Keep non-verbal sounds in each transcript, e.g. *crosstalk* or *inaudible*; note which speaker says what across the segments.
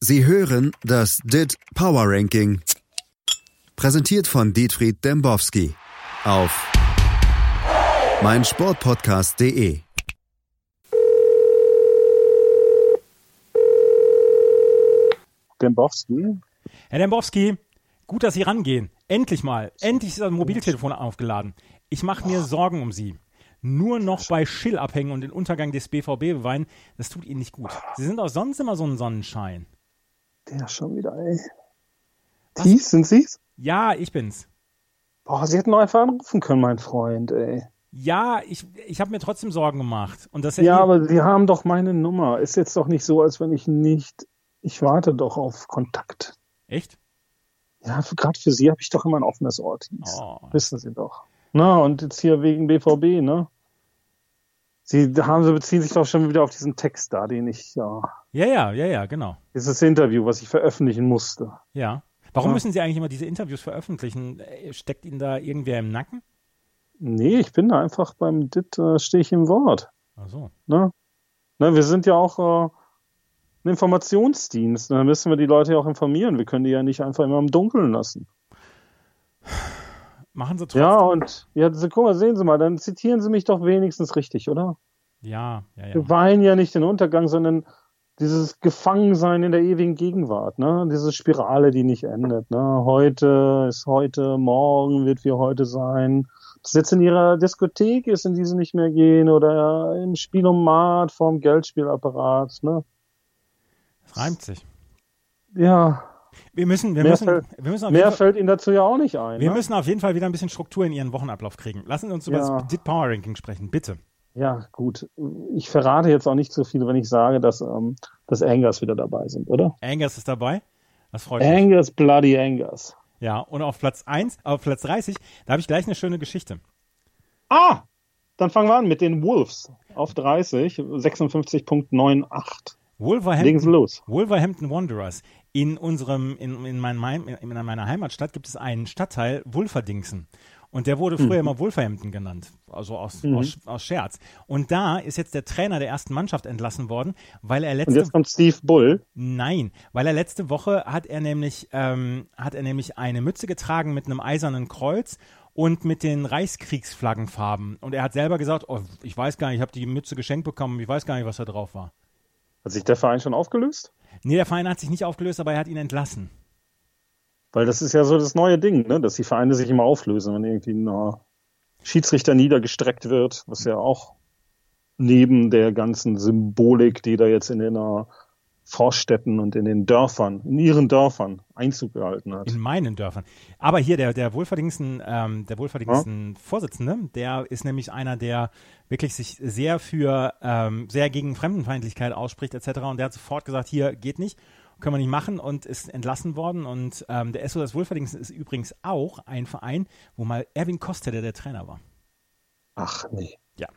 Speaker 1: Sie hören das DIT Power Ranking. Präsentiert von Dietfried Dembowski auf meinsportpodcast.de.
Speaker 2: Dembowski.
Speaker 3: Herr Dembowski, gut, dass Sie rangehen. Endlich mal. Endlich ist das Mobiltelefon aufgeladen. Ich mache mir Sorgen um Sie. Nur noch bei Schill abhängen und den Untergang des BVB beweinen, das tut Ihnen nicht gut. Sie sind auch sonst immer so ein Sonnenschein.
Speaker 2: Der schon wieder, ey. Thies, sind Sie's?
Speaker 3: Ja, ich bin's.
Speaker 2: Boah, sie hätten doch einfach anrufen können, mein Freund, ey.
Speaker 3: Ja, ich, ich habe mir trotzdem Sorgen gemacht. Und das hätte
Speaker 2: Ja,
Speaker 3: ich-
Speaker 2: aber sie haben doch meine Nummer. Ist jetzt doch nicht so, als wenn ich nicht. Ich warte doch auf Kontakt.
Speaker 3: Echt?
Speaker 2: Ja, gerade für sie habe ich doch immer ein offenes Ohr, Thies.
Speaker 3: Oh.
Speaker 2: Wissen Sie doch. Na, und jetzt hier wegen BVB, ne? Sie haben, sie beziehen sich doch schon wieder auf diesen Text da, den ich, ja,
Speaker 3: Ja, ja, ja, ja, genau.
Speaker 2: dieses Interview, was ich veröffentlichen musste.
Speaker 3: Ja. Warum
Speaker 2: Ja.
Speaker 3: müssen Sie eigentlich immer diese Interviews veröffentlichen? Äh, Steckt Ihnen da irgendwer im Nacken?
Speaker 2: Nee, ich bin da einfach beim DIT, äh, stehe ich im Wort.
Speaker 3: Ach so.
Speaker 2: Ne? Ne, wir sind ja auch äh, ein Informationsdienst. Da müssen wir die Leute ja auch informieren. Wir können die ja nicht einfach immer im Dunkeln lassen.
Speaker 3: Machen Sie trotzdem.
Speaker 2: Ja, und ja, so, guck mal, sehen Sie mal, dann zitieren Sie mich doch wenigstens richtig, oder?
Speaker 3: Ja, ja, ja.
Speaker 2: Wir weinen ja nicht den Untergang, sondern dieses Gefangensein in der ewigen Gegenwart, ne? Diese Spirale, die nicht endet, ne? Heute ist heute, morgen wird wie heute sein. Ob es jetzt in ihrer Diskothek ist, in die sie nicht mehr gehen, oder im Spielomat vorm Geldspielapparat, ne?
Speaker 3: Es reimt sich.
Speaker 2: Ja,
Speaker 3: Wir müssen, wir
Speaker 2: Mehr
Speaker 3: müssen,
Speaker 2: fällt-
Speaker 3: wir müssen auf jeden
Speaker 2: mehr
Speaker 3: Fall-
Speaker 2: fällt ihnen dazu ja auch nicht ein.
Speaker 3: Wir
Speaker 2: ne?
Speaker 3: müssen auf jeden Fall wieder ein bisschen Struktur in Ihren Wochenablauf kriegen. Lassen Sie uns über
Speaker 2: Ja.
Speaker 3: das Dit Power Ranking sprechen, bitte.
Speaker 2: Ja, gut. Ich verrate jetzt auch nicht so viel, wenn ich sage, dass, ähm, dass Angers wieder dabei sind, oder?
Speaker 3: Angers ist dabei. Das freut mich.
Speaker 2: Angers, bloody Angers.
Speaker 3: Ja, und auf Platz 1, auf Platz 30, da habe ich gleich eine schöne Geschichte.
Speaker 2: Ah, dann fangen wir an mit den Wolves auf 30, 56.98. Legen Sie
Speaker 3: Wolverhampton,
Speaker 2: los.
Speaker 3: Wolverhampton Wanderers. In unserem, in, in, mein, mein- in meiner Heimatstadt gibt es einen Stadtteil Wolferdingsen. Und der wurde früher
Speaker 2: Mhm.
Speaker 3: immer Wolverhampton genannt. Also aus, aus, aus Scherz. Und da ist jetzt der Trainer der ersten Mannschaft entlassen worden, weil er
Speaker 2: Und
Speaker 3: letzte
Speaker 2: jetzt kommt Steve Bull.
Speaker 3: Nein, weil er letzte Woche hat er nämlich ähm, hat er nämlich eine Mütze getragen mit einem eisernen Kreuz und mit den Reichskriegsflaggenfarben. Und er hat selber gesagt, oh, ich weiß gar nicht, ich habe die Mütze geschenkt bekommen, ich weiß gar nicht, was da drauf war.
Speaker 2: Hat sich der Verein schon aufgelöst?
Speaker 3: Nee, der Verein hat sich nicht aufgelöst, aber er hat ihn entlassen.
Speaker 2: Weil das ist ja so das neue Ding, ne? dass die Vereine sich immer auflösen, wenn irgendwie ein äh, Schiedsrichter niedergestreckt wird, was ja auch neben der ganzen Symbolik, die da jetzt in den äh, Vorstädten und in den Dörfern, in ihren Dörfern Einzug gehalten hat.
Speaker 3: In meinen Dörfern. Aber hier, der, der wohlverdiensten, ähm, der wohlverdiensten Vorsitzende, der ist nämlich einer, der wirklich sich sehr für, ähm, sehr gegen Fremdenfeindlichkeit ausspricht, etc. Und der hat sofort gesagt, hier geht nicht, können wir nicht machen und ist entlassen worden. Und ähm, der SOS Wohlverdiensten ist übrigens auch ein Verein, wo mal Erwin Koster, der der Trainer war.
Speaker 2: Ach nee,
Speaker 3: Ja.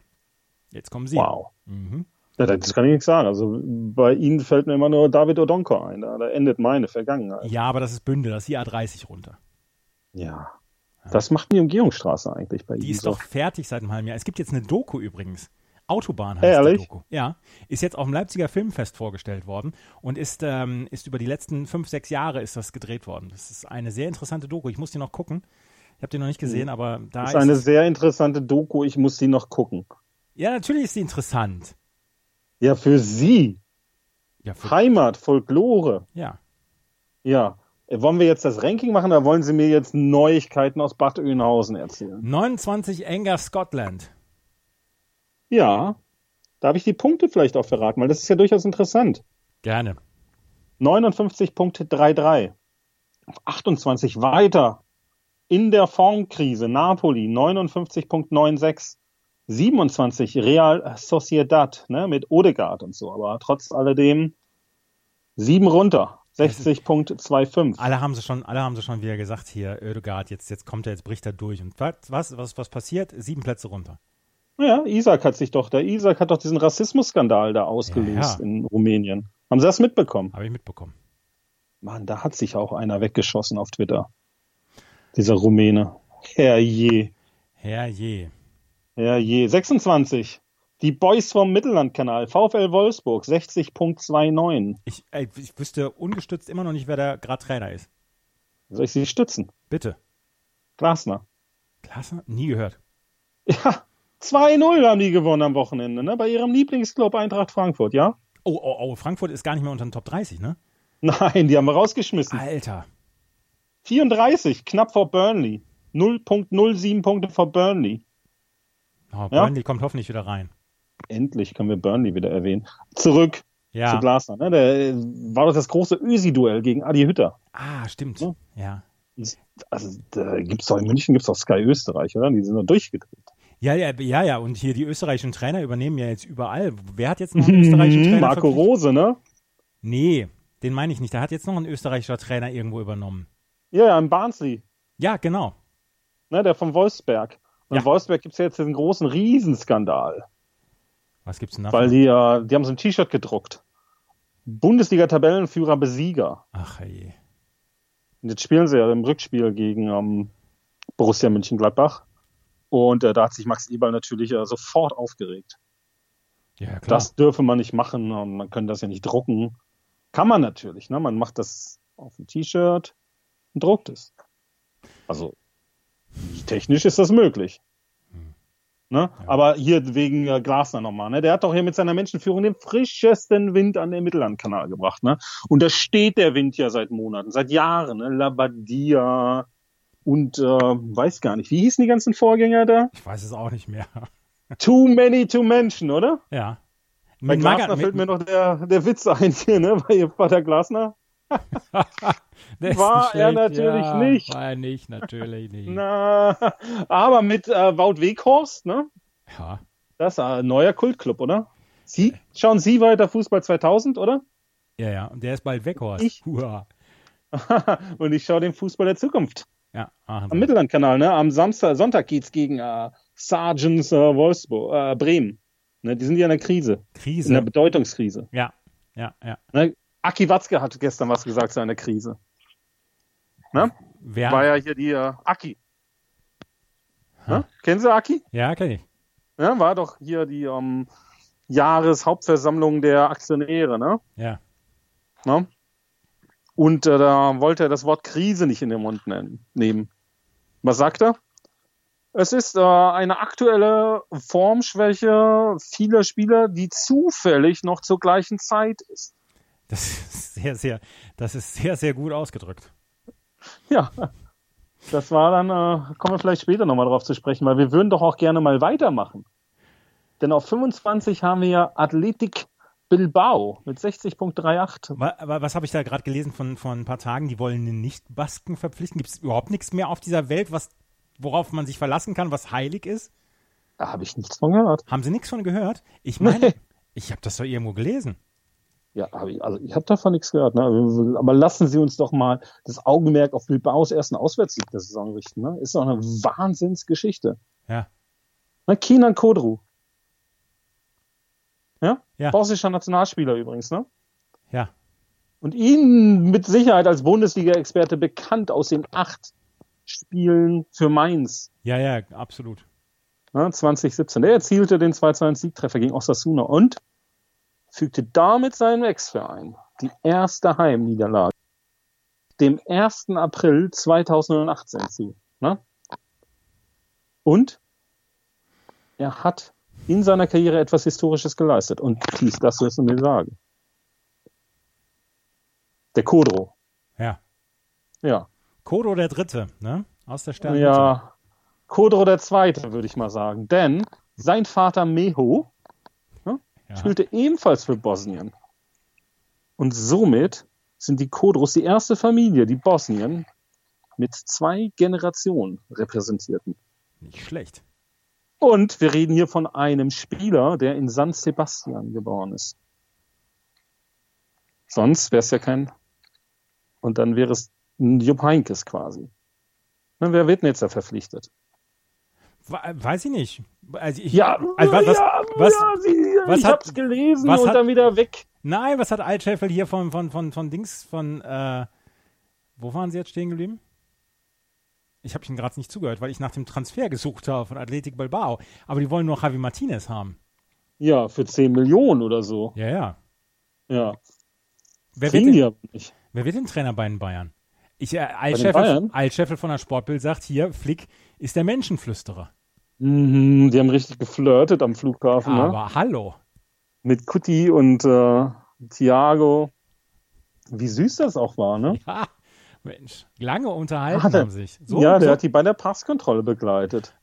Speaker 3: Jetzt kommen Sie.
Speaker 2: wow.
Speaker 3: Mhm.
Speaker 2: Ja, das kann ich nichts sagen. Also bei Ihnen fällt mir immer nur David Odonko ein. Da, da endet meine Vergangenheit.
Speaker 3: Ja, aber das ist Bünde, das ist die A30 runter.
Speaker 2: Ja. Das macht die Umgehungsstraße eigentlich bei
Speaker 3: Die
Speaker 2: Ihnen
Speaker 3: ist
Speaker 2: so.
Speaker 3: doch fertig seit einem halben Jahr. Es gibt jetzt eine Doku übrigens. Autobahn heißt
Speaker 2: Ehrlich?
Speaker 3: die Doku. Ja, ist jetzt auf dem Leipziger Filmfest vorgestellt worden und ist, ähm, ist über die letzten fünf, sechs Jahre ist das gedreht worden. Das ist eine sehr interessante Doku. Ich muss die noch gucken. Ich habe die noch nicht gesehen, aber da
Speaker 2: Das
Speaker 3: ist,
Speaker 2: Hm. ist eine sehr interessante Doku. Ich muss sie noch gucken.
Speaker 3: ja natürlich ist die interessant.
Speaker 2: Ja, für Sie.
Speaker 3: Ja, für,
Speaker 2: Heimat, Folklore.
Speaker 3: ja.
Speaker 2: Ja. Äh, Wollen wir jetzt das Ranking machen oder wollen Sie mir jetzt Neuigkeiten aus Bad Oeynhausen erzählen?
Speaker 3: 29 Enger Scotland.
Speaker 2: Ja. Darf ich die Punkte vielleicht auch verraten? Weil das ist ja durchaus interessant.
Speaker 3: Gerne.
Speaker 2: 59.33. Auf 28 weiter. In der Formkrise Napoli 59.96. 27 Real Sociedad ne, mit Odegaard und so. Aber trotz alledem sieben runter. 60.25.
Speaker 3: Alle haben sie schon, alle haben sie schon wieder gesagt hier, Ödegaard, jetzt, jetzt kommt er, jetzt bricht er durch. Und was, was, was, was passiert? Sieben Plätze runter.
Speaker 2: Ja, Isaac hat sich doch, der Isaac hat doch diesen Rassismusskandal da ausgelöst
Speaker 3: Ja, ja.
Speaker 2: in Rumänien. Haben Sie das mitbekommen?
Speaker 3: Habe ich mitbekommen.
Speaker 2: Mann, da hat sich auch einer weggeschossen auf Twitter. Dieser Rumäne. Herrje.
Speaker 3: Herrje.
Speaker 2: Ja, je. 26. Die Boys vom Mittellandkanal, VfL Wolfsburg, 60.29.
Speaker 3: Ich, ey, ich wüsste ungestützt immer noch nicht, wer der gerade Trainer ist.
Speaker 2: Soll ich sie stützen?
Speaker 3: Bitte.
Speaker 2: Glasner.
Speaker 3: Klasse? Nie gehört.
Speaker 2: Ja, 2-0 haben die gewonnen am Wochenende, ne? Bei ihrem Lieblingsclub Eintracht Frankfurt, ja?
Speaker 3: Oh, oh, oh, Frankfurt ist gar nicht mehr unter den Top 30, ne?
Speaker 2: Nein, die haben wir rausgeschmissen.
Speaker 3: Alter.
Speaker 2: 34, knapp vor Burnley. 0.07 Punkte vor Burnley.
Speaker 3: Oh, Burnley kommt hoffentlich wieder rein.
Speaker 2: Endlich können wir Burnley wieder erwähnen. Zurück zu
Speaker 3: Ja.
Speaker 2: Glasner. Ne? Der, war doch das große Ösi-Duell gegen Adi Hütter.
Speaker 3: Ah, stimmt.
Speaker 2: Ja.
Speaker 3: Ja.
Speaker 2: Also, da gibt's doch in München gibt's doch Sky Österreich, oder? Die sind doch durchgedreht.
Speaker 3: Ja, ja, ja, ja. Und hier die österreichischen Trainer übernehmen ja jetzt überall. Wer hat jetzt
Speaker 2: *laughs*
Speaker 3: noch einen österreichischen Trainer?
Speaker 2: Marco
Speaker 3: verpflichtet?
Speaker 2: Rose, ne?
Speaker 3: Nee, den meine ich nicht. Da hat jetzt noch ein österreichischer Trainer irgendwo übernommen.
Speaker 2: Ja, ja, im Barnsley,
Speaker 3: Ja, genau.
Speaker 2: ne? Der von Wolfsberg. Und
Speaker 3: Ja.
Speaker 2: in Wolfsberg gibt's ja jetzt den großen Riesenskandal.
Speaker 3: Was gibt's denn da?
Speaker 2: Weil die ja, die haben so ein T-Shirt gedruckt. Bundesliga-Tabellenführer Besieger.
Speaker 3: Ach je.
Speaker 2: Und jetzt spielen sie ja im Rückspiel gegen ähm, Borussia Mönchengladbach. Und äh, da hat sich Max Eberl natürlich äh, sofort aufgeregt.
Speaker 3: Ja, klar.
Speaker 2: Das dürfe man nicht machen und man könnte das ja nicht drucken. Kann man natürlich, ne? Man macht das auf ein T-Shirt und druckt es. Also technisch ist das möglich. Ne? Aber hier wegen äh, Glasner nochmal, ne? Der hat doch hier mit seiner Menschenführung den frischesten Wind an den Mittellandkanal gebracht, ne? Und da steht der Wind ja seit Monaten, seit Jahren, ne? Labadia und äh, weiß gar nicht, wie hießen die ganzen Vorgänger da?
Speaker 3: *laughs* Ich weiß es auch nicht mehr.
Speaker 2: Too many to mention, oder?
Speaker 3: ja.
Speaker 2: Bei
Speaker 3: Mit
Speaker 2: Glasner
Speaker 3: Magath- mit-
Speaker 2: fällt mir noch der, der Witz ein hier, ne? Bei ihr Vater Glasner.
Speaker 3: Der ist
Speaker 2: War
Speaker 3: nicht
Speaker 2: er
Speaker 3: schlecht.
Speaker 2: natürlich
Speaker 3: ja,
Speaker 2: nicht.
Speaker 3: War er nicht, natürlich nicht.
Speaker 2: Hm. Na, aber mit äh, Wout Weghorst, ne?
Speaker 3: Ja.
Speaker 2: Das ist ein neuer Kultclub, oder? Sie, schauen Sie weiter Fußball 2000, oder? *laughs*
Speaker 3: ja, ja. Und der ist bald weg, Horst.
Speaker 2: Ich-
Speaker 3: Hurra.
Speaker 2: Und ich schaue den Fußball der Zukunft.
Speaker 3: Ja, machen
Speaker 2: Am
Speaker 3: Sie.
Speaker 2: Mittellandkanal, ne? Am Samstag, Sonntag geht's gegen äh, Sargents äh, Wolfsburg, äh, Bremen. Ne? Die sind ja in der Krise, in der
Speaker 3: Krise.
Speaker 2: Bedeutungskrise.
Speaker 3: Ja, ja, ja.
Speaker 2: Ne? Aki Watzke hat gestern was gesagt zu einer Krise. Ne?
Speaker 3: Wer?
Speaker 2: War ja hier die äh, Aki.
Speaker 3: Hm.
Speaker 2: Ne? Kennen Sie Aki?
Speaker 3: ja, kenn ich.
Speaker 2: Ja, war doch hier die ähm, Jahreshauptversammlung der Aktionäre, ne?
Speaker 3: Ja.
Speaker 2: ne? Und äh, da wollte er das Wort Krise nicht in den Mund nennen, nehmen. Was sagt er? Es ist äh, eine aktuelle Formschwäche vieler Spieler, die zufällig noch zur gleichen Zeit ist.
Speaker 3: Das ist sehr, sehr, das ist sehr, sehr gut ausgedrückt.
Speaker 2: Ja, das war dann, äh, kommen wir vielleicht später nochmal drauf zu sprechen, weil wir würden doch auch gerne mal weitermachen. Denn auf 25 haben wir ja Athletik Bilbao mit 60.38.
Speaker 3: Wa- wa- Was habe ich da gerade gelesen von, von ein paar Tagen? Die wollen den Nicht-Basken verpflichten. Gibt es überhaupt nichts mehr auf dieser Welt, was, worauf man sich verlassen kann, was heilig ist?
Speaker 2: Da habe ich nichts von gehört.
Speaker 3: Haben Sie nichts von gehört?
Speaker 2: *laughs*
Speaker 3: Ich meine,
Speaker 2: Nee.
Speaker 3: ich habe das doch irgendwo gelesen.
Speaker 2: Ja, hab ich, also ich habe davon nichts gehört. Ne? Aber lassen Sie uns doch mal das Augenmerk auf Bilbaos ersten Auswärtssieg der Saison richten. Ne? Ist doch eine Wahnsinnsgeschichte.
Speaker 3: Ja.
Speaker 2: Ne? Kinan Kodru. Ja?
Speaker 3: Ja.
Speaker 2: Bosnischer Nationalspieler übrigens, ne?
Speaker 3: Ja.
Speaker 2: Und Ihnen mit Sicherheit als Bundesliga-Experte bekannt aus den acht Spielen für Mainz
Speaker 3: Ja, ja, absolut.
Speaker 2: ne, 2017. Er erzielte den 2-2-Siegtreffer gegen Osasuna und fügte damit seinem Ex-Verein die erste Heimniederlage dem 1. April 2018 zu. Ne? Und er hat in seiner Karriere etwas Historisches geleistet. Und dies, das wirst du mir sagen. Der Kodro.
Speaker 3: Ja.
Speaker 2: Ja.
Speaker 3: Kodo der Dritte, ne? Aus der Sterne.
Speaker 2: Ja, Kodro der Zweite, würde ich mal sagen. Denn sein Vater Meho ne,
Speaker 3: Ja.
Speaker 2: spielte ebenfalls für Bosnien. Und somit sind die Kodros die erste Familie, die Bosnien mit zwei Generationen repräsentierten.
Speaker 3: Nicht schlecht.
Speaker 2: Und wir reden hier von einem Spieler, der in San Sebastian geboren ist. Sonst wäre es ja kein. Und dann wäre es ein Jupp Heinkes quasi. Na, wer wird denn jetzt da verpflichtet?
Speaker 3: We- Weiß ich nicht. Also ich,
Speaker 2: Ja,
Speaker 3: also was, was,
Speaker 2: ja,
Speaker 3: was,
Speaker 2: ja, sie,
Speaker 3: was
Speaker 2: ich
Speaker 3: hat-
Speaker 2: hab's gelesen
Speaker 3: was
Speaker 2: und
Speaker 3: hat-
Speaker 2: dann wieder weg.
Speaker 3: Nein, was hat Altscheffel hier von, von, von, von Dings, von, äh, wo waren sie jetzt stehen geblieben? Ich habe ihnen gerade nicht zugehört, weil ich nach dem Transfer gesucht habe von Athletic Bilbao. Aber die wollen nur Javi Martinez haben.
Speaker 2: Ja, für 10 Millionen oder so.
Speaker 3: Ja, ja.
Speaker 2: Ja.
Speaker 3: Wer wird,
Speaker 2: Kriegen die
Speaker 3: denn,
Speaker 2: aber nicht.
Speaker 3: wer wird denn Trainer bei den Bayern? Ich, äh,
Speaker 2: den
Speaker 3: Altscheffel,
Speaker 2: Bayern?
Speaker 3: Altscheffel von der Sportbild sagt hier, Flick ist der Menschenflüsterer.
Speaker 2: Mhm, die haben richtig geflirtet am Flughafen, ne?
Speaker 3: Aber hallo.
Speaker 2: Mit Kuti und äh, Thiago. Wie süß das auch war, ne?
Speaker 3: *laughs* Ja, Mensch. Lange unterhalten
Speaker 2: Ah, der-
Speaker 3: haben sich. So,
Speaker 2: ja, der
Speaker 3: so,
Speaker 2: hat die bei der Passkontrolle begleitet.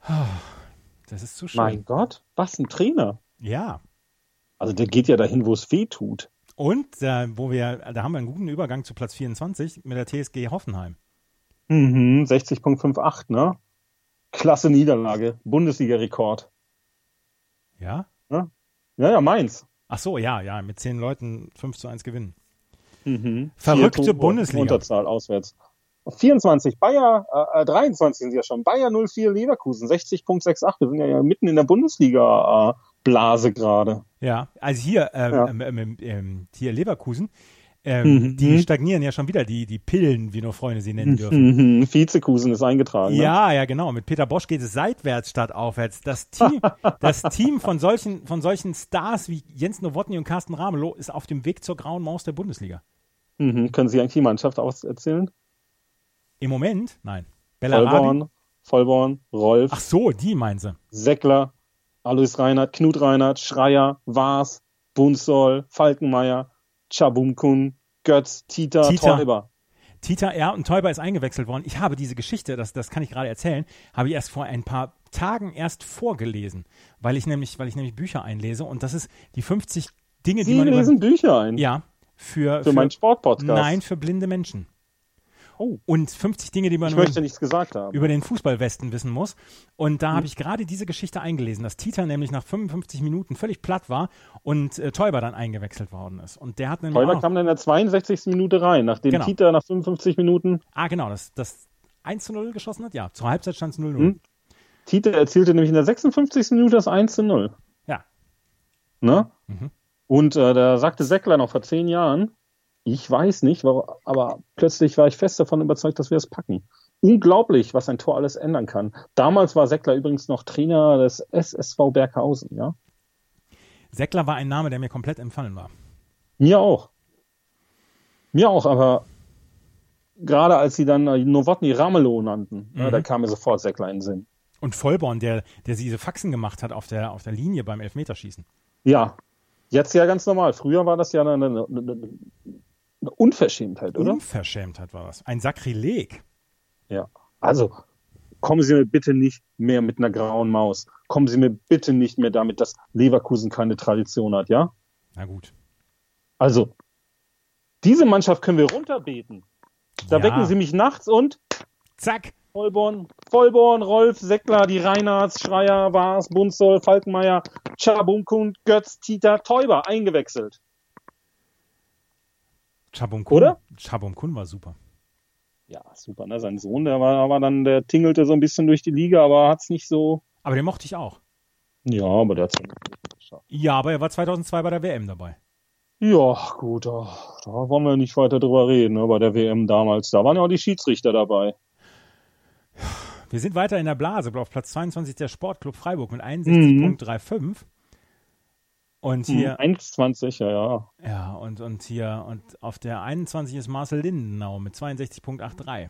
Speaker 3: das ist zu schön.
Speaker 2: Mein Gott, was ein Trainer.
Speaker 3: Ja.
Speaker 2: Also der geht ja dahin, wo es weh tut.
Speaker 3: Und äh, wo wir, da haben wir einen guten Übergang zu Platz 24 mit der TSG Hoffenheim.
Speaker 2: Mhm, 60.58, ne? Klasse Niederlage, Bundesliga-Rekord.
Speaker 3: Ja?
Speaker 2: Ja, ja, meins.
Speaker 3: Ach so, ja, ja, mit zehn Leuten 5 zu 1 gewinnen.
Speaker 2: Mhm.
Speaker 3: Verrückte
Speaker 2: Vier Tore,
Speaker 3: Bundesliga.
Speaker 2: Unterzahl auswärts. 24, Bayer, äh, äh, 23 sind sie ja schon. Bayer 04 Leverkusen, 60.68. Wir sind ja, ja mitten in der Bundesliga-Blase gerade.
Speaker 3: Ja, also hier, ähm,
Speaker 2: Ja.
Speaker 3: ähm, ähm, ähm, hier Leverkusen, ähm,
Speaker 2: Mhm.
Speaker 3: die stagnieren ja schon wieder, die, die Pillen, wie nur Freunde sie
Speaker 2: *laughs*
Speaker 3: nennen dürfen.
Speaker 2: Mhm. Vizekusen ist eingetragen. Ne?
Speaker 3: Ja, ja, genau. Mit Peter Bosch geht es seitwärts statt aufwärts. Das Team, das Team von solchen, von solchen Stars wie Jens Nowotny und Carsten Ramelow ist auf dem Weg zur grauen Maus der Bundesliga.
Speaker 2: Mhm. Können Sie eigentlich die Mannschaft auserzählen?
Speaker 3: Im Moment? Nein. Bellarabi.
Speaker 2: Vollborn, Vollborn, Rolf,
Speaker 3: Ach so, die meinen sie.
Speaker 2: Säckler, Alois Reinhardt, Knut Reinhardt, Schreier, Waas, Bunsoll, Falkenmeier, Chabumkun, Götz, Tita,
Speaker 3: Tita.
Speaker 2: Torheber.
Speaker 3: Tita R. und Teuber ist eingewechselt worden. Ich habe diese Geschichte, das, das kann ich gerade erzählen, habe ich erst vor ein paar Tagen erst vorgelesen, weil ich nämlich, weil ich nämlich Bücher einlese und das ist die 50 Dinge, die
Speaker 2: Sie
Speaker 3: man
Speaker 2: lesen Bücher ein
Speaker 3: über, ja, für,
Speaker 2: für meinen Sportpodcast.
Speaker 3: Nein, für blinde Menschen.
Speaker 2: Oh.
Speaker 3: Und 50 Dinge, die man
Speaker 2: Ich
Speaker 3: über,
Speaker 2: möchte nichts gesagt haben.
Speaker 3: über den Fußballwesten wissen muss. Und
Speaker 2: Hm.
Speaker 3: da habe ich gerade diese Geschichte eingelesen, dass Tita nämlich nach 55 Minuten völlig platt war und äh, Teuber dann eingewechselt worden ist. Und der hat nämlich auch
Speaker 2: Teuber
Speaker 3: noch-
Speaker 2: kam dann in der 62. Minute rein, nachdem
Speaker 3: Genau.
Speaker 2: Tita nach 55 Minuten,
Speaker 3: Ah, genau, das, das 1 zu 0 geschossen hat? Ja, zur Halbzeit stand es 0-0.
Speaker 2: Hm? Tita erzielte nämlich in der 56. Minute das 1 zu 0.
Speaker 3: Ja.
Speaker 2: Ne?
Speaker 3: Mhm.
Speaker 2: Und äh, da sagte Säckler noch vor zehn Jahren, ich weiß nicht, warum, aber plötzlich war ich fest davon überzeugt, dass wir es packen. Unglaublich, was ein Tor alles ändern kann. Damals war Säckler übrigens noch Trainer des SSV Berghausen, ja?
Speaker 3: Säckler war ein Name, der mir komplett entfallen war.
Speaker 2: Mir auch. Mir auch, aber gerade als sie dann äh, Novotny Ramelow nannten, ne, da kam mir sofort Säckler in den Sinn.
Speaker 3: Und Vollborn, der, der diese Faxen gemacht hat auf der, auf der Linie beim Elfmeterschießen.
Speaker 2: Ja, jetzt ja ganz normal. Früher war das ja eine, eine, eine, eine Unverschämtheit, oder?
Speaker 3: Mhm. Unverschämtheit war das. Ein Sakrileg.
Speaker 2: Ja. Also, kommen Sie mir bitte nicht mehr mit einer grauen Maus. Kommen Sie mir bitte nicht mehr damit, dass Leverkusen keine Tradition hat, ja?
Speaker 3: Na gut.
Speaker 2: Also, diese Mannschaft können wir runterbeten. Da
Speaker 3: Ja.
Speaker 2: wecken Sie mich nachts und
Speaker 3: Zack.
Speaker 2: Vollborn, Vollborn, Rolf, Seckler, die Reinhards, Schreier, Waas, Bunzoll, Falkenmeier, Chabumkun, Götz, Tita, Teuber eingewechselt.
Speaker 3: Chabum Kun.
Speaker 2: Oder?
Speaker 3: Chabum Kun war super.
Speaker 2: Ja, super, ne? Sein Sohn, der war, war dann, der tingelte so ein bisschen durch die Liga, aber hat's nicht so.
Speaker 3: Aber den mochte ich auch.
Speaker 2: Ja, aber der hat's ja nicht geschafft.
Speaker 3: Ja, aber er war 2002 bei der WM dabei.
Speaker 2: Ja, gut, da, da wollen wir nicht weiter drüber reden, ne, bei der WM damals. Da waren ja auch die Schiedsrichter dabei.
Speaker 3: Wir sind weiter in der Blase, auf Platz 22 der Sportclub Freiburg mit
Speaker 2: Mhm.
Speaker 3: 61.35. Und hier,
Speaker 2: 1,20, ja, ja.
Speaker 3: ja, und, und hier, und auf der 21 ist Marcel Lindenau mit 62.83.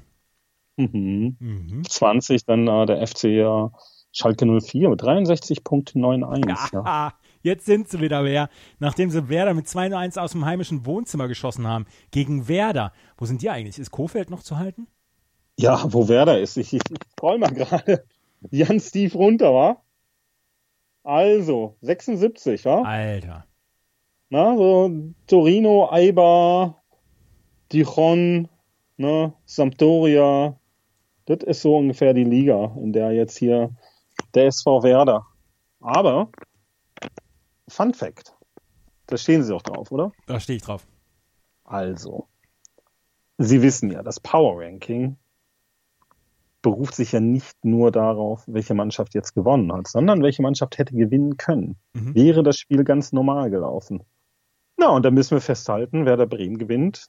Speaker 2: Mhm.
Speaker 3: Mhm.
Speaker 2: 20, dann äh, der FC äh, Schalke 04 mit 63,91. Ja.
Speaker 3: Ja, *laughs* jetzt sind sie wieder wer. Nachdem sie Werder mit 2-1 aus dem heimischen Wohnzimmer geschossen haben. Gegen Werder. Wo sind die eigentlich? Ist Kofeld noch zu halten?
Speaker 2: ja, wo Werder ist. Ich, ich scroll mal gerade ganz tief runter, wa? Also, 76, wa?
Speaker 3: Alter.
Speaker 2: Na, so Torino, Eibar, Dijon, ne, Sampdoria. Das ist so ungefähr die Liga, in der jetzt hier der SV Werder. Aber, Fun Fact, da stehen sie doch drauf, oder?
Speaker 3: Da stehe ich drauf.
Speaker 2: Also, Sie wissen ja, das Power Ranking beruft sich ja nicht nur darauf, welche Mannschaft jetzt gewonnen hat, sondern welche Mannschaft hätte gewinnen können.
Speaker 3: Mhm.
Speaker 2: Wäre das Spiel ganz normal gelaufen. Na, und da müssen wir festhalten, Werder Bremen gewinnt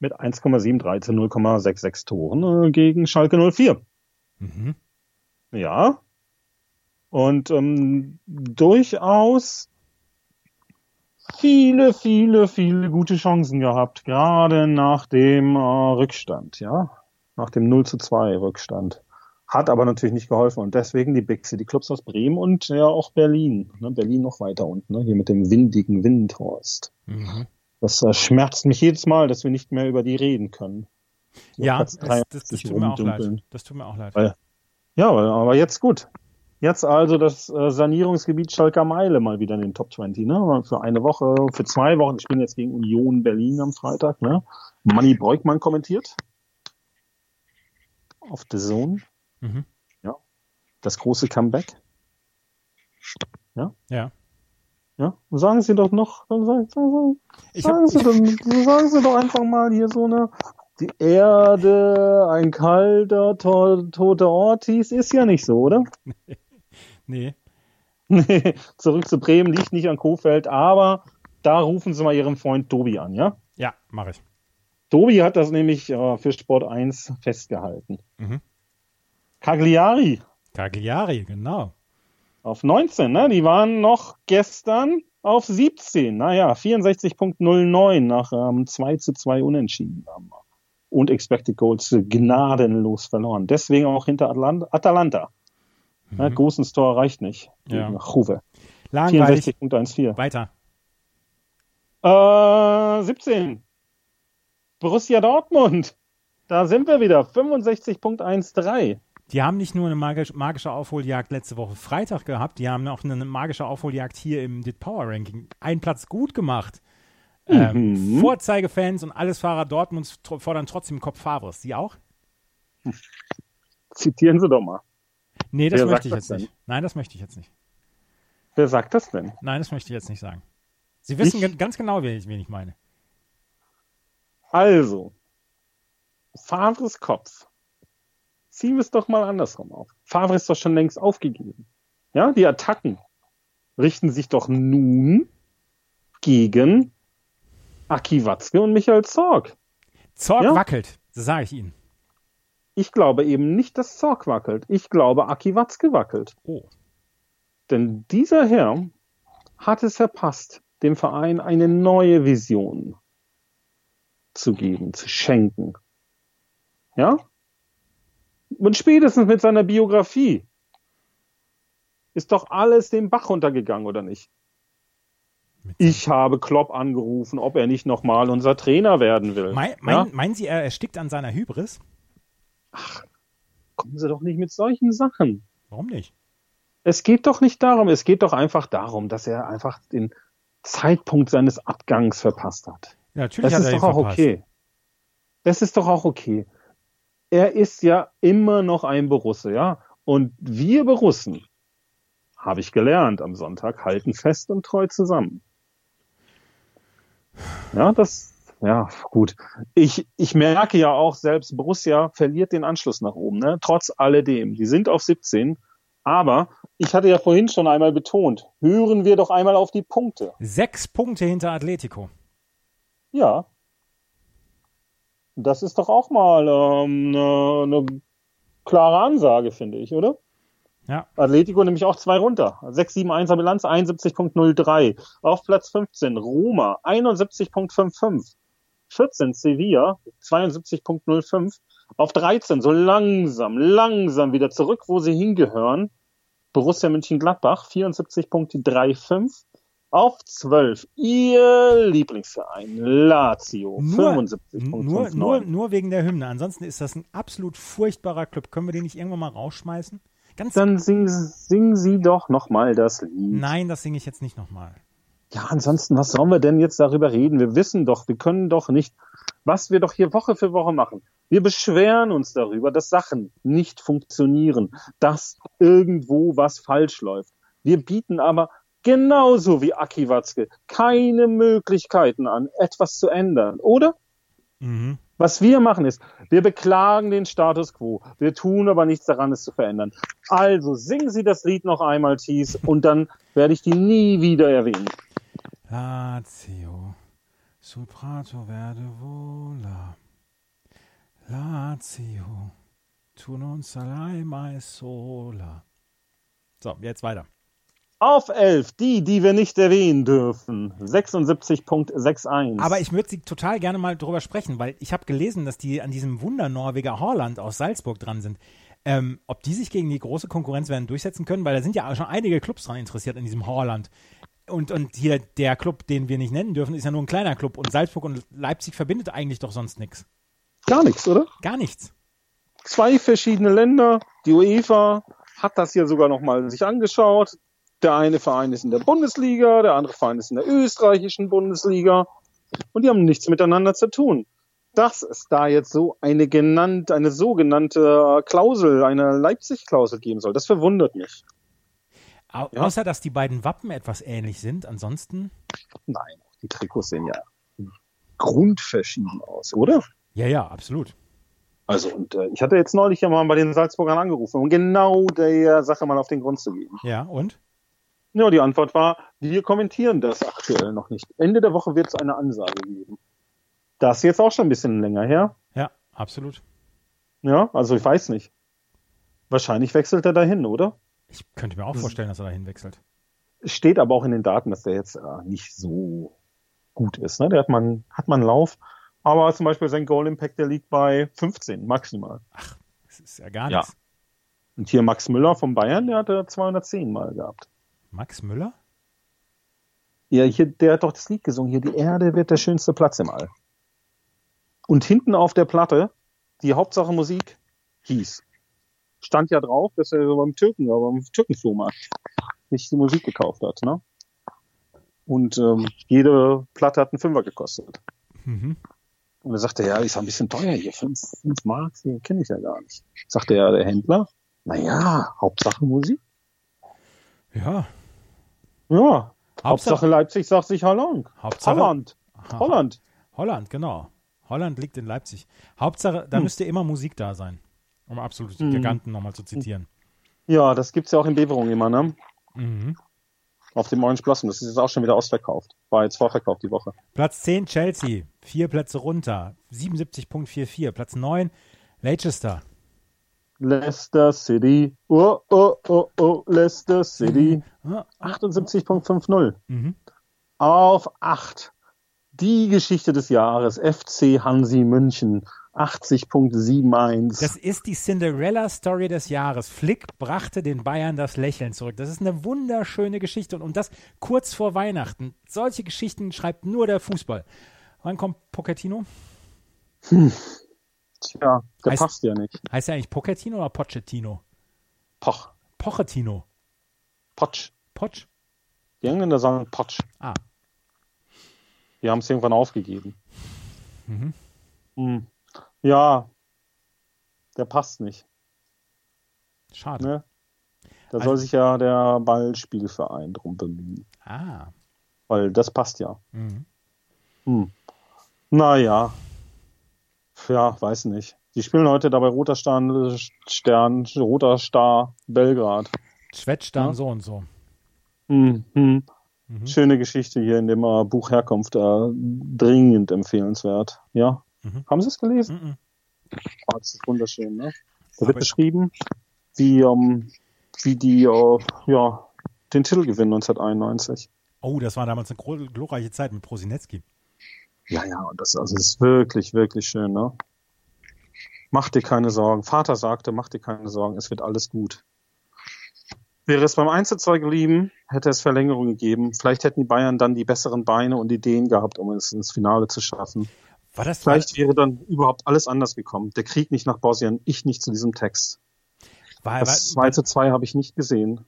Speaker 2: mit 1,73 zu 0,66 Toren äh, gegen Schalke 04.
Speaker 3: Mhm.
Speaker 2: Ja. Und ähm, durchaus viele, viele, viele gute Chancen gehabt, gerade nach dem äh, Rückstand, ja, nach dem 0 zu 2 Rückstand. Hat aber natürlich nicht geholfen und deswegen die Big City Clubs aus Bremen und ja auch Berlin. Ne? Berlin noch weiter unten, ne? hier mit dem windigen Windhorst.
Speaker 3: Mhm.
Speaker 2: Das äh, schmerzt mich jedes Mal, dass wir nicht mehr über die reden können. Die
Speaker 3: Ja,
Speaker 2: auf Platz
Speaker 3: das,
Speaker 2: drei
Speaker 3: das, das
Speaker 2: sich
Speaker 3: tut mir auch
Speaker 2: rumdumpeln.
Speaker 3: leid. Das tut mir auch leid.
Speaker 2: Weil- Ja, aber jetzt gut. Jetzt also das äh, Sanierungsgebiet Schalker Meile mal wieder in den Top 20, ne? Für eine Woche, für zwei Wochen. Ich bin jetzt gegen Union Berlin am Freitag, ne? Manni Breukmann kommentiert. Auf The Zone.
Speaker 3: Mhm.
Speaker 2: Ja. Das große Comeback.
Speaker 3: Ja.
Speaker 2: Ja. Und sagen Sie doch noch, sagen, sagen, sagen,
Speaker 3: Ich hab,
Speaker 2: sagen, Sie doch, sagen Sie doch einfach mal hier so eine, die Erde, ein kalter, to toter Ort hieß, ist ja nicht so, oder?
Speaker 3: nee.
Speaker 2: Nee, *laughs* zurück zu Bremen, liegt nicht an Kofeld, aber da rufen Sie mal Ihren Freund Tobi an, ja?
Speaker 3: Ja, mache ich.
Speaker 2: Tobi hat das nämlich äh, für Sport 1 festgehalten.
Speaker 3: Mhm.
Speaker 2: Cagliari
Speaker 3: Cagliari, genau.
Speaker 2: auf 19, ne? Die waren noch gestern auf 17. Naja, 64.09 nach ähm, 2 zu 2 Unentschieden. Und Expected Goals gnadenlos verloren. Deswegen auch hinter Atlant Atalanta. Ne? Großens Tor reicht nicht.
Speaker 3: Mhm. Ja.
Speaker 2: Nach Juve.
Speaker 3: Langweilig.
Speaker 2: 64.14.
Speaker 3: Weiter.
Speaker 2: Äh, 17. Borussia Dortmund. Da sind wir wieder. 65.13.
Speaker 3: Die haben nicht nur eine magisch, magische Aufholjagd letzte Woche Freitag gehabt, die haben auch eine magische Aufholjagd hier im Dit Power Ranking. Einen Platz gut gemacht. Ähm,
Speaker 2: Mhm.
Speaker 3: Vorzeigefans und alles Fahrer Dortmunds tro- fordern trotzdem Kopf Favres. Sie auch?
Speaker 2: Zitieren Sie doch mal.
Speaker 3: Nee, das
Speaker 2: Wer sagt
Speaker 3: möchte ich
Speaker 2: das
Speaker 3: jetzt
Speaker 2: denn?
Speaker 3: nicht. Nein, das möchte ich jetzt nicht.
Speaker 2: Wer sagt das denn?
Speaker 3: Nein, das möchte ich jetzt nicht sagen. Sie wissen
Speaker 2: Ich-
Speaker 3: gen- ganz genau, wen ich, wen ich meine.
Speaker 2: Also, Favres Kopf. Ziehen wir es doch mal andersrum auf. Favre ist doch schon längst aufgegeben. Ja, die Attacken richten sich doch nun gegen Aki Watzke und Michael Zorg.
Speaker 3: Zorg
Speaker 2: Ja?
Speaker 3: wackelt, das sage ich Ihnen.
Speaker 2: Ich glaube eben nicht, dass Zorg wackelt. Ich glaube, Aki Watzke wackelt.
Speaker 3: Oh.
Speaker 2: Denn dieser Herr hat es verpasst, dem Verein eine neue Vision zu geben, zu schenken. Ja? Und spätestens mit seiner Biografie ist doch alles den Bach runtergegangen, oder nicht?
Speaker 3: Mit-
Speaker 2: Ich habe Klopp angerufen, ob er nicht nochmal unser Trainer werden will.
Speaker 3: Mein, mein,
Speaker 2: ja?
Speaker 3: Meinen Sie, er erstickt an seiner Hybris?
Speaker 2: Kommen Sie doch nicht mit solchen Sachen.
Speaker 3: Warum nicht?
Speaker 2: es geht doch nicht darum, es geht doch einfach darum, dass er einfach den Zeitpunkt seines Abgangs verpasst hat.
Speaker 3: Ja, Natürlich
Speaker 2: Das
Speaker 3: hat
Speaker 2: ist
Speaker 3: er
Speaker 2: doch
Speaker 3: ihn
Speaker 2: auch
Speaker 3: verpasst.
Speaker 2: okay. Das ist doch auch okay. Er ist ja immer noch ein Borusse, ja. Und wir Borussen, habe ich gelernt am Sonntag, halten fest und treu zusammen. Ja, das, ja, gut. Ich, ich merke ja auch, selbst Borussia verliert den Anschluss nach oben, ne? trotz alledem. Die sind auf 17, aber ich hatte ja vorhin schon einmal betont, hören wir doch einmal auf die Punkte.
Speaker 3: Sechs Punkte hinter Atletico.
Speaker 2: Ja. Das ist doch auch mal ähm, eine, eine klare Ansage, finde ich, oder?
Speaker 3: Ja.
Speaker 2: Atletico nämlich auch zwei runter. 6-7-1er Bilanz, 71.03. Auf Platz 15 Roma, 71.55. 14 Sevilla, 72.05. Auf 13 so langsam, langsam wieder zurück, wo sie hingehören. Borussia München-Gladbach, 74.35. Auf 12 ihr Lieblingsverein Lazio,
Speaker 3: Nur- Nur,
Speaker 2: 75.59.
Speaker 3: nur, nur wegen der Hymne. Ansonsten ist das ein absolut furchtbarer Club. Können wir den nicht irgendwann mal rausschmeißen? Ganz
Speaker 2: Dann singen sing Sie doch nochmal das Lied.
Speaker 3: Nein, das singe ich jetzt nicht nochmal.
Speaker 2: Ja, ansonsten, was sollen wir denn jetzt darüber reden? Wir wissen doch, wir können doch nicht, was wir doch hier Woche für Woche machen. Wir beschweren uns darüber, dass Sachen nicht funktionieren, dass irgendwo was falsch läuft. Wir bieten aber genauso wie Aki Watzke keine Möglichkeiten an, etwas zu ändern, oder?
Speaker 3: Mhm.
Speaker 2: Was wir machen ist, wir beklagen den Status quo. Wir tun aber nichts daran, es zu verändern. Also singen Sie das Lied noch einmal, Thies, und dann werde ich die nie wieder erwähnen.
Speaker 3: Lazio, sul prato verde vola. Lazio, tu non sarai mai sola. So, jetzt weiter.
Speaker 2: Auf 11, die, die wir nicht erwähnen dürfen. 76.61.
Speaker 3: Aber ich würde sie total gerne mal drüber sprechen, weil ich habe gelesen, dass die an diesem Wunder-Norweger Horland aus Salzburg dran sind. Ähm, ob die sich gegen die große Konkurrenz werden durchsetzen können, weil da sind ja schon einige Clubs dran interessiert in diesem Horland. Und, und hier der Club, den wir nicht nennen dürfen, ist ja nur ein kleiner Club. Und Salzburg und Leipzig verbindet eigentlich doch sonst nichts.
Speaker 2: Gar nichts, oder?
Speaker 3: Gar nichts.
Speaker 2: Zwei verschiedene Länder. Die UEFA hat das hier sogar nochmal sich angeschaut. Der eine Verein ist in der Bundesliga, der andere Verein ist in der österreichischen Bundesliga. Und die haben nichts miteinander zu tun. Dass es da jetzt so eine genannt, eine sogenannte Klausel, eine Leipzig-Klausel geben soll, das verwundert mich.
Speaker 3: Au Außer, dass die beiden Wappen etwas ähnlich sind, ansonsten.
Speaker 2: Nein, die Trikots sehen ja grundverschieden aus, oder?
Speaker 3: Ja, ja, absolut.
Speaker 2: Also, und äh, ich hatte jetzt neulich ja mal bei den Salzburgern angerufen, um genau der Sache mal auf den Grund zu gehen.
Speaker 3: Ja, und?
Speaker 2: Ja, die Antwort war, wir kommentieren das aktuell noch nicht. Ende der Woche wird es eine Ansage geben. Das ist jetzt auch schon ein bisschen länger her.
Speaker 3: Ja, absolut.
Speaker 2: Ja, also ich weiß nicht. Wahrscheinlich wechselt er dahin, oder?
Speaker 3: Ich könnte mir auch vorstellen, dass er dahin wechselt.
Speaker 2: Steht aber auch in den Daten, dass der jetzt äh, nicht so gut ist. Ne? Der hat mal, einen- hat mal einen Lauf. Aber zum Beispiel sein Goal Impact, der liegt bei 15 maximal.
Speaker 3: Ach, das ist ja gar
Speaker 2: Ja.
Speaker 3: nichts.
Speaker 2: Und hier Max Müller vom Bayern, der hatte 210 mal gehabt.
Speaker 3: Max Müller?
Speaker 2: Ja, hier, der hat doch das Lied gesungen. Hier, die Erde wird der schönste Platz im All. Und hinten auf der Platte, die Hauptsache Musik hieß. Stand ja drauf, dass er beim Türken, beim Türkenflohmarkt nicht die Musik gekauft hat, ne? Und ähm, jede Platte hat einen Fünfer gekostet.
Speaker 3: Mhm.
Speaker 2: Und er sagte, ja, ist ein bisschen teuer hier, fünf, fünf Mark, hier kenne ich ja gar nicht. Sagte ja der Händler, na ja, Hauptsache Musik.
Speaker 3: Ja,
Speaker 2: Ja, Hauptsache,
Speaker 3: Hauptsache-
Speaker 2: Leipzig sagt sich Hallo.
Speaker 3: Hauptsache
Speaker 2: Holland, Holland.
Speaker 3: Holland, genau. Holland liegt in Leipzig. Hauptsache, da müsste immer Musik da sein. Um absolut
Speaker 2: Mhm.
Speaker 3: Giganten nochmal zu zitieren.
Speaker 2: Ja, das gibt's ja auch in Beverung immer, ne?
Speaker 3: Mhm.
Speaker 2: Auf dem Orange Blossom. Das ist jetzt auch schon wieder ausverkauft. War jetzt vorverkauft die Woche.
Speaker 3: Platz 10 Chelsea, vier Plätze runter, 77.44. Platz 9 Leicester,
Speaker 2: Leicester City. Oh, oh, oh, oh, Leicester City.
Speaker 3: Ah,
Speaker 2: 78.50.
Speaker 3: mhm.
Speaker 2: Auf 8. Die Geschichte des Jahres. FC Hansi München. 80.71.
Speaker 3: Das ist die Cinderella-Story des Jahres. Flick brachte den Bayern das Lächeln zurück. Das ist eine wunderschöne Geschichte. Und, und das kurz vor Weihnachten. Solche Geschichten schreibt nur der Fußball. Wann kommt Pochettino?
Speaker 2: Tja, der
Speaker 3: heißt-
Speaker 2: passt ja nicht.
Speaker 3: Heißt er eigentlich Pochettino oder Pochettino?
Speaker 2: Poch.
Speaker 3: Pochettino.
Speaker 2: Potsch.
Speaker 3: Poch?
Speaker 2: Die Engländer sagen Potsch.
Speaker 3: Ah,
Speaker 2: Die haben es irgendwann aufgegeben.
Speaker 3: Mhm.
Speaker 2: Hm. Ja. Der passt nicht.
Speaker 3: schade.
Speaker 2: Ne? Da
Speaker 3: Also-
Speaker 2: soll sich ja der Ballspielverein drum bemühen,
Speaker 3: Ah.
Speaker 2: weil das passt ja.
Speaker 3: Mhm.
Speaker 2: Hm. Naja. Ja, weiß nicht. Die spielen heute dabei Roter Stern, Stern Roter Star Belgrad.
Speaker 3: Schwätzt dann
Speaker 2: Ja.
Speaker 3: so und so.
Speaker 2: Hm, hm.
Speaker 3: Mhm.
Speaker 2: Schöne Geschichte hier in dem äh, Buch Herkunft. Äh, dringend empfehlenswert. Ja.
Speaker 3: Mhm.
Speaker 2: Haben Sie es gelesen?
Speaker 3: Mhm.
Speaker 2: Oh, das ist wunderschön, ne? Da
Speaker 3: Aber-
Speaker 2: wird beschrieben, wie, ähm, wie die äh, ja, den Titel gewinnen 1991.
Speaker 3: Oh, das war damals eine gro- glorreiche Zeit mit Prosinecki.
Speaker 2: Ja, ja, und das, also das ist wirklich, wirklich schön, ne? Mach dir keine Sorgen. Vater sagte, mach dir keine Sorgen, es wird alles gut. Wäre es beim 1 zu 2 geblieben, hätte es Verlängerung gegeben. Vielleicht hätten die Bayern dann die besseren Beine und Ideen gehabt, um es ins Finale zu schaffen.
Speaker 3: War das
Speaker 2: Vielleicht wäre dann überhaupt alles anders gekommen. Der Krieg nicht nach Bosnien, ich nicht zu diesem Text.
Speaker 3: War, war,
Speaker 2: Das 2 zu 2 habe ich nicht gesehen.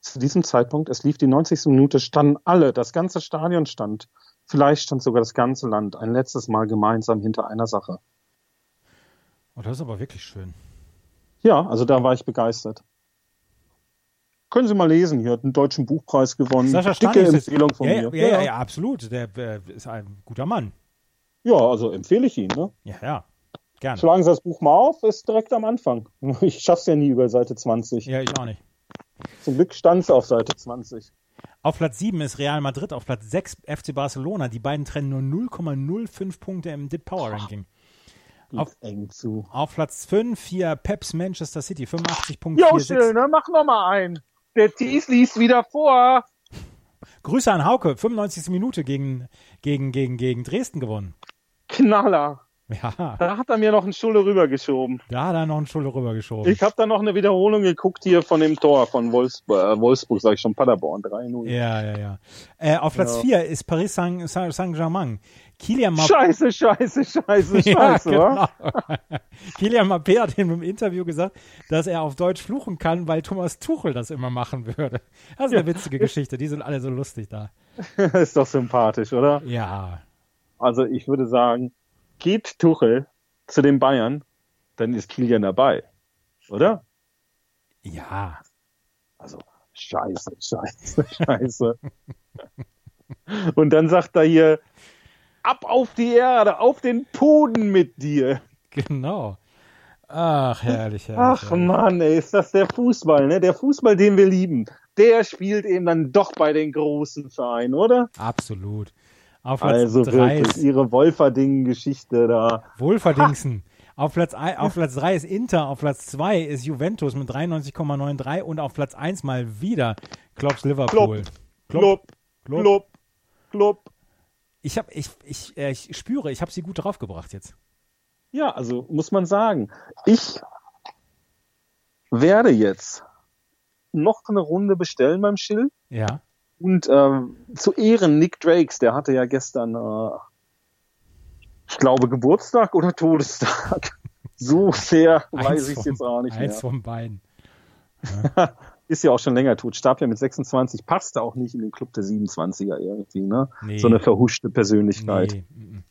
Speaker 2: Zu diesem Zeitpunkt, es lief die 90. Minute, standen alle, das ganze Stadion stand. Vielleicht stand sogar das ganze Land ein letztes Mal gemeinsam hinter einer Sache.
Speaker 3: oh, das ist aber wirklich schön.
Speaker 2: Ja, also da war ich begeistert. Können Sie mal lesen, hier hat einen deutschen Buchpreis gewonnen. Dicke
Speaker 3: Stanisch ist-
Speaker 2: Empfehlung von
Speaker 3: ja,
Speaker 2: mir.
Speaker 3: Ja, ja, ja, ja, absolut. Der äh, ist ein guter Mann.
Speaker 2: Ja, also empfehle ich Ihnen. Ne?
Speaker 3: Ja, ja. Gerne.
Speaker 2: Schlagen Sie das Buch mal auf, ist direkt am Anfang. *laughs* Ich schaff's ja nie über Seite 20.
Speaker 3: Ja, ich auch nicht.
Speaker 2: Zum Glück stand's auf Seite 20.
Speaker 3: Auf Platz 7 ist Real Madrid, auf Platz 6 FC Barcelona. Die beiden trennen nur 0,05 Punkte im DIP Power Ranking.
Speaker 2: Geht
Speaker 3: Auf-
Speaker 2: eng zu.
Speaker 3: Auf Platz 5 hier Peps Manchester City, 85 Punkte.
Speaker 2: Jo, schön, ne? mach noch mal ein.
Speaker 4: der Thies liest wieder vor.
Speaker 3: Grüße an Hauke, 95. Minute gegen, gegen, gegen, gegen Dresden gewonnen.
Speaker 4: Knaller.
Speaker 3: Ja,
Speaker 4: Da hat er mir noch einen Schulle rübergeschoben.
Speaker 3: da hat er noch einen Schulter rübergeschoben.
Speaker 4: Ich habe da noch eine Wiederholung geguckt hier von dem Tor von Wolfsburg, äh, Wolfsburg sage ich schon, Paderborn 3-0. *laughs*
Speaker 3: ja, ja, ja. Äh, auf Platz
Speaker 4: Ja.
Speaker 3: 4 ist Paris Saint- Saint- Saint-Germain. Kylian Mbappé
Speaker 4: Scheiße, scheiße, scheiße,
Speaker 3: *laughs*
Speaker 4: scheiße, wa?
Speaker 3: genau. *laughs* Kilian Mbappé hat in einem Interview gesagt, dass er auf Deutsch fluchen kann, weil Thomas Tuchel das immer machen würde. Das ist eine witzige Geschichte. Die sind alle so lustig da.
Speaker 2: *laughs* Ist doch sympathisch, oder?
Speaker 3: Ja.
Speaker 2: Also ich würde sagen, geht Tuchel zu den Bayern, dann ist Kilian dabei, oder?
Speaker 3: Ja.
Speaker 2: Also scheiße, scheiße, *laughs* scheiße. Und dann sagt er hier, ab auf die Erde, auf den Puden mit dir.
Speaker 3: Genau. Ach, herrlich, herrlich.
Speaker 2: Ach
Speaker 3: herrlich.
Speaker 2: Mann, ey, ist das der Fußball, ne? Der Fußball, den wir lieben. Der spielt eben dann doch bei den großen Vereinen, oder?
Speaker 3: Absolut. Auf Platz
Speaker 2: Also
Speaker 3: 3
Speaker 2: wirklich,
Speaker 3: ist
Speaker 2: ihre Wolferdingen-Geschichte da.
Speaker 3: Wohlverdingsen. Auf Platz, ei- auf Platz 3 ist Inter, auf Platz 2 ist Juventus mit 93,93 und auf Platz 1 mal wieder Klopps Liverpool.
Speaker 2: Klopp, klopp, klopp.
Speaker 3: Ich, hab, ich, ich, äh, ich spüre, ich habe sie gut draufgebracht jetzt.
Speaker 2: Ja, also muss man sagen, ich werde jetzt noch eine Runde bestellen beim Schill
Speaker 3: Ja.
Speaker 2: und ähm, zu Ehren Nick Drakes, der hatte ja gestern, äh, ich glaube, Geburtstag oder Todestag. *laughs* So sehr weiß ich
Speaker 3: vom-
Speaker 2: jetzt auch nicht
Speaker 3: Eins
Speaker 2: mehr.
Speaker 3: von beiden.
Speaker 2: Ist ja auch schon länger tot. Starb ja mit 26, passte auch nicht in den Club der 27er irgendwie, ne?
Speaker 3: Nee.
Speaker 2: So eine verhuschte Persönlichkeit.
Speaker 3: Nee. mm, mm.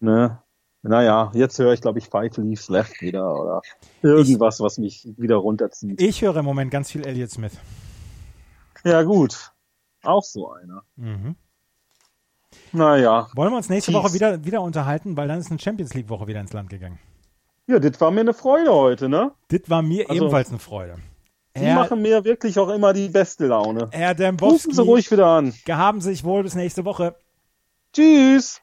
Speaker 2: Ne? Naja, jetzt höre ich, glaube ich, Five Leaves Left wieder oder irgendwas, was mich wieder runterzieht.
Speaker 3: Ich höre im Moment ganz viel Elliot Smith.
Speaker 2: Ja, gut. Auch so einer.
Speaker 3: Mhm.
Speaker 2: Naja.
Speaker 3: Wollen wir uns nächste
Speaker 2: Peace.
Speaker 3: Woche wieder, wieder unterhalten, weil dann ist eine Champions League-Woche wieder ins Land gegangen.
Speaker 2: Ja, das war mir eine Freude heute, ne?
Speaker 3: Das war mir
Speaker 2: Also,
Speaker 3: ebenfalls eine Freude.
Speaker 2: Die
Speaker 3: Herr,
Speaker 2: machen mir wirklich auch immer die beste Laune.
Speaker 3: Herr
Speaker 2: Rufen Sie
Speaker 3: Dembowski,
Speaker 2: ruhig wieder an.
Speaker 3: gehaben Sie sich wohl bis nächste Woche.
Speaker 2: Tschüss.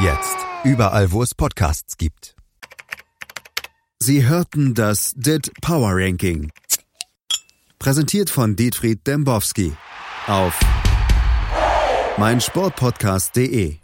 Speaker 1: Jetzt überall, wo es Podcasts gibt. Sie hörten das DIT Power Ranking. Präsentiert von Dietfried Dembowski auf meinsportpodcast.de.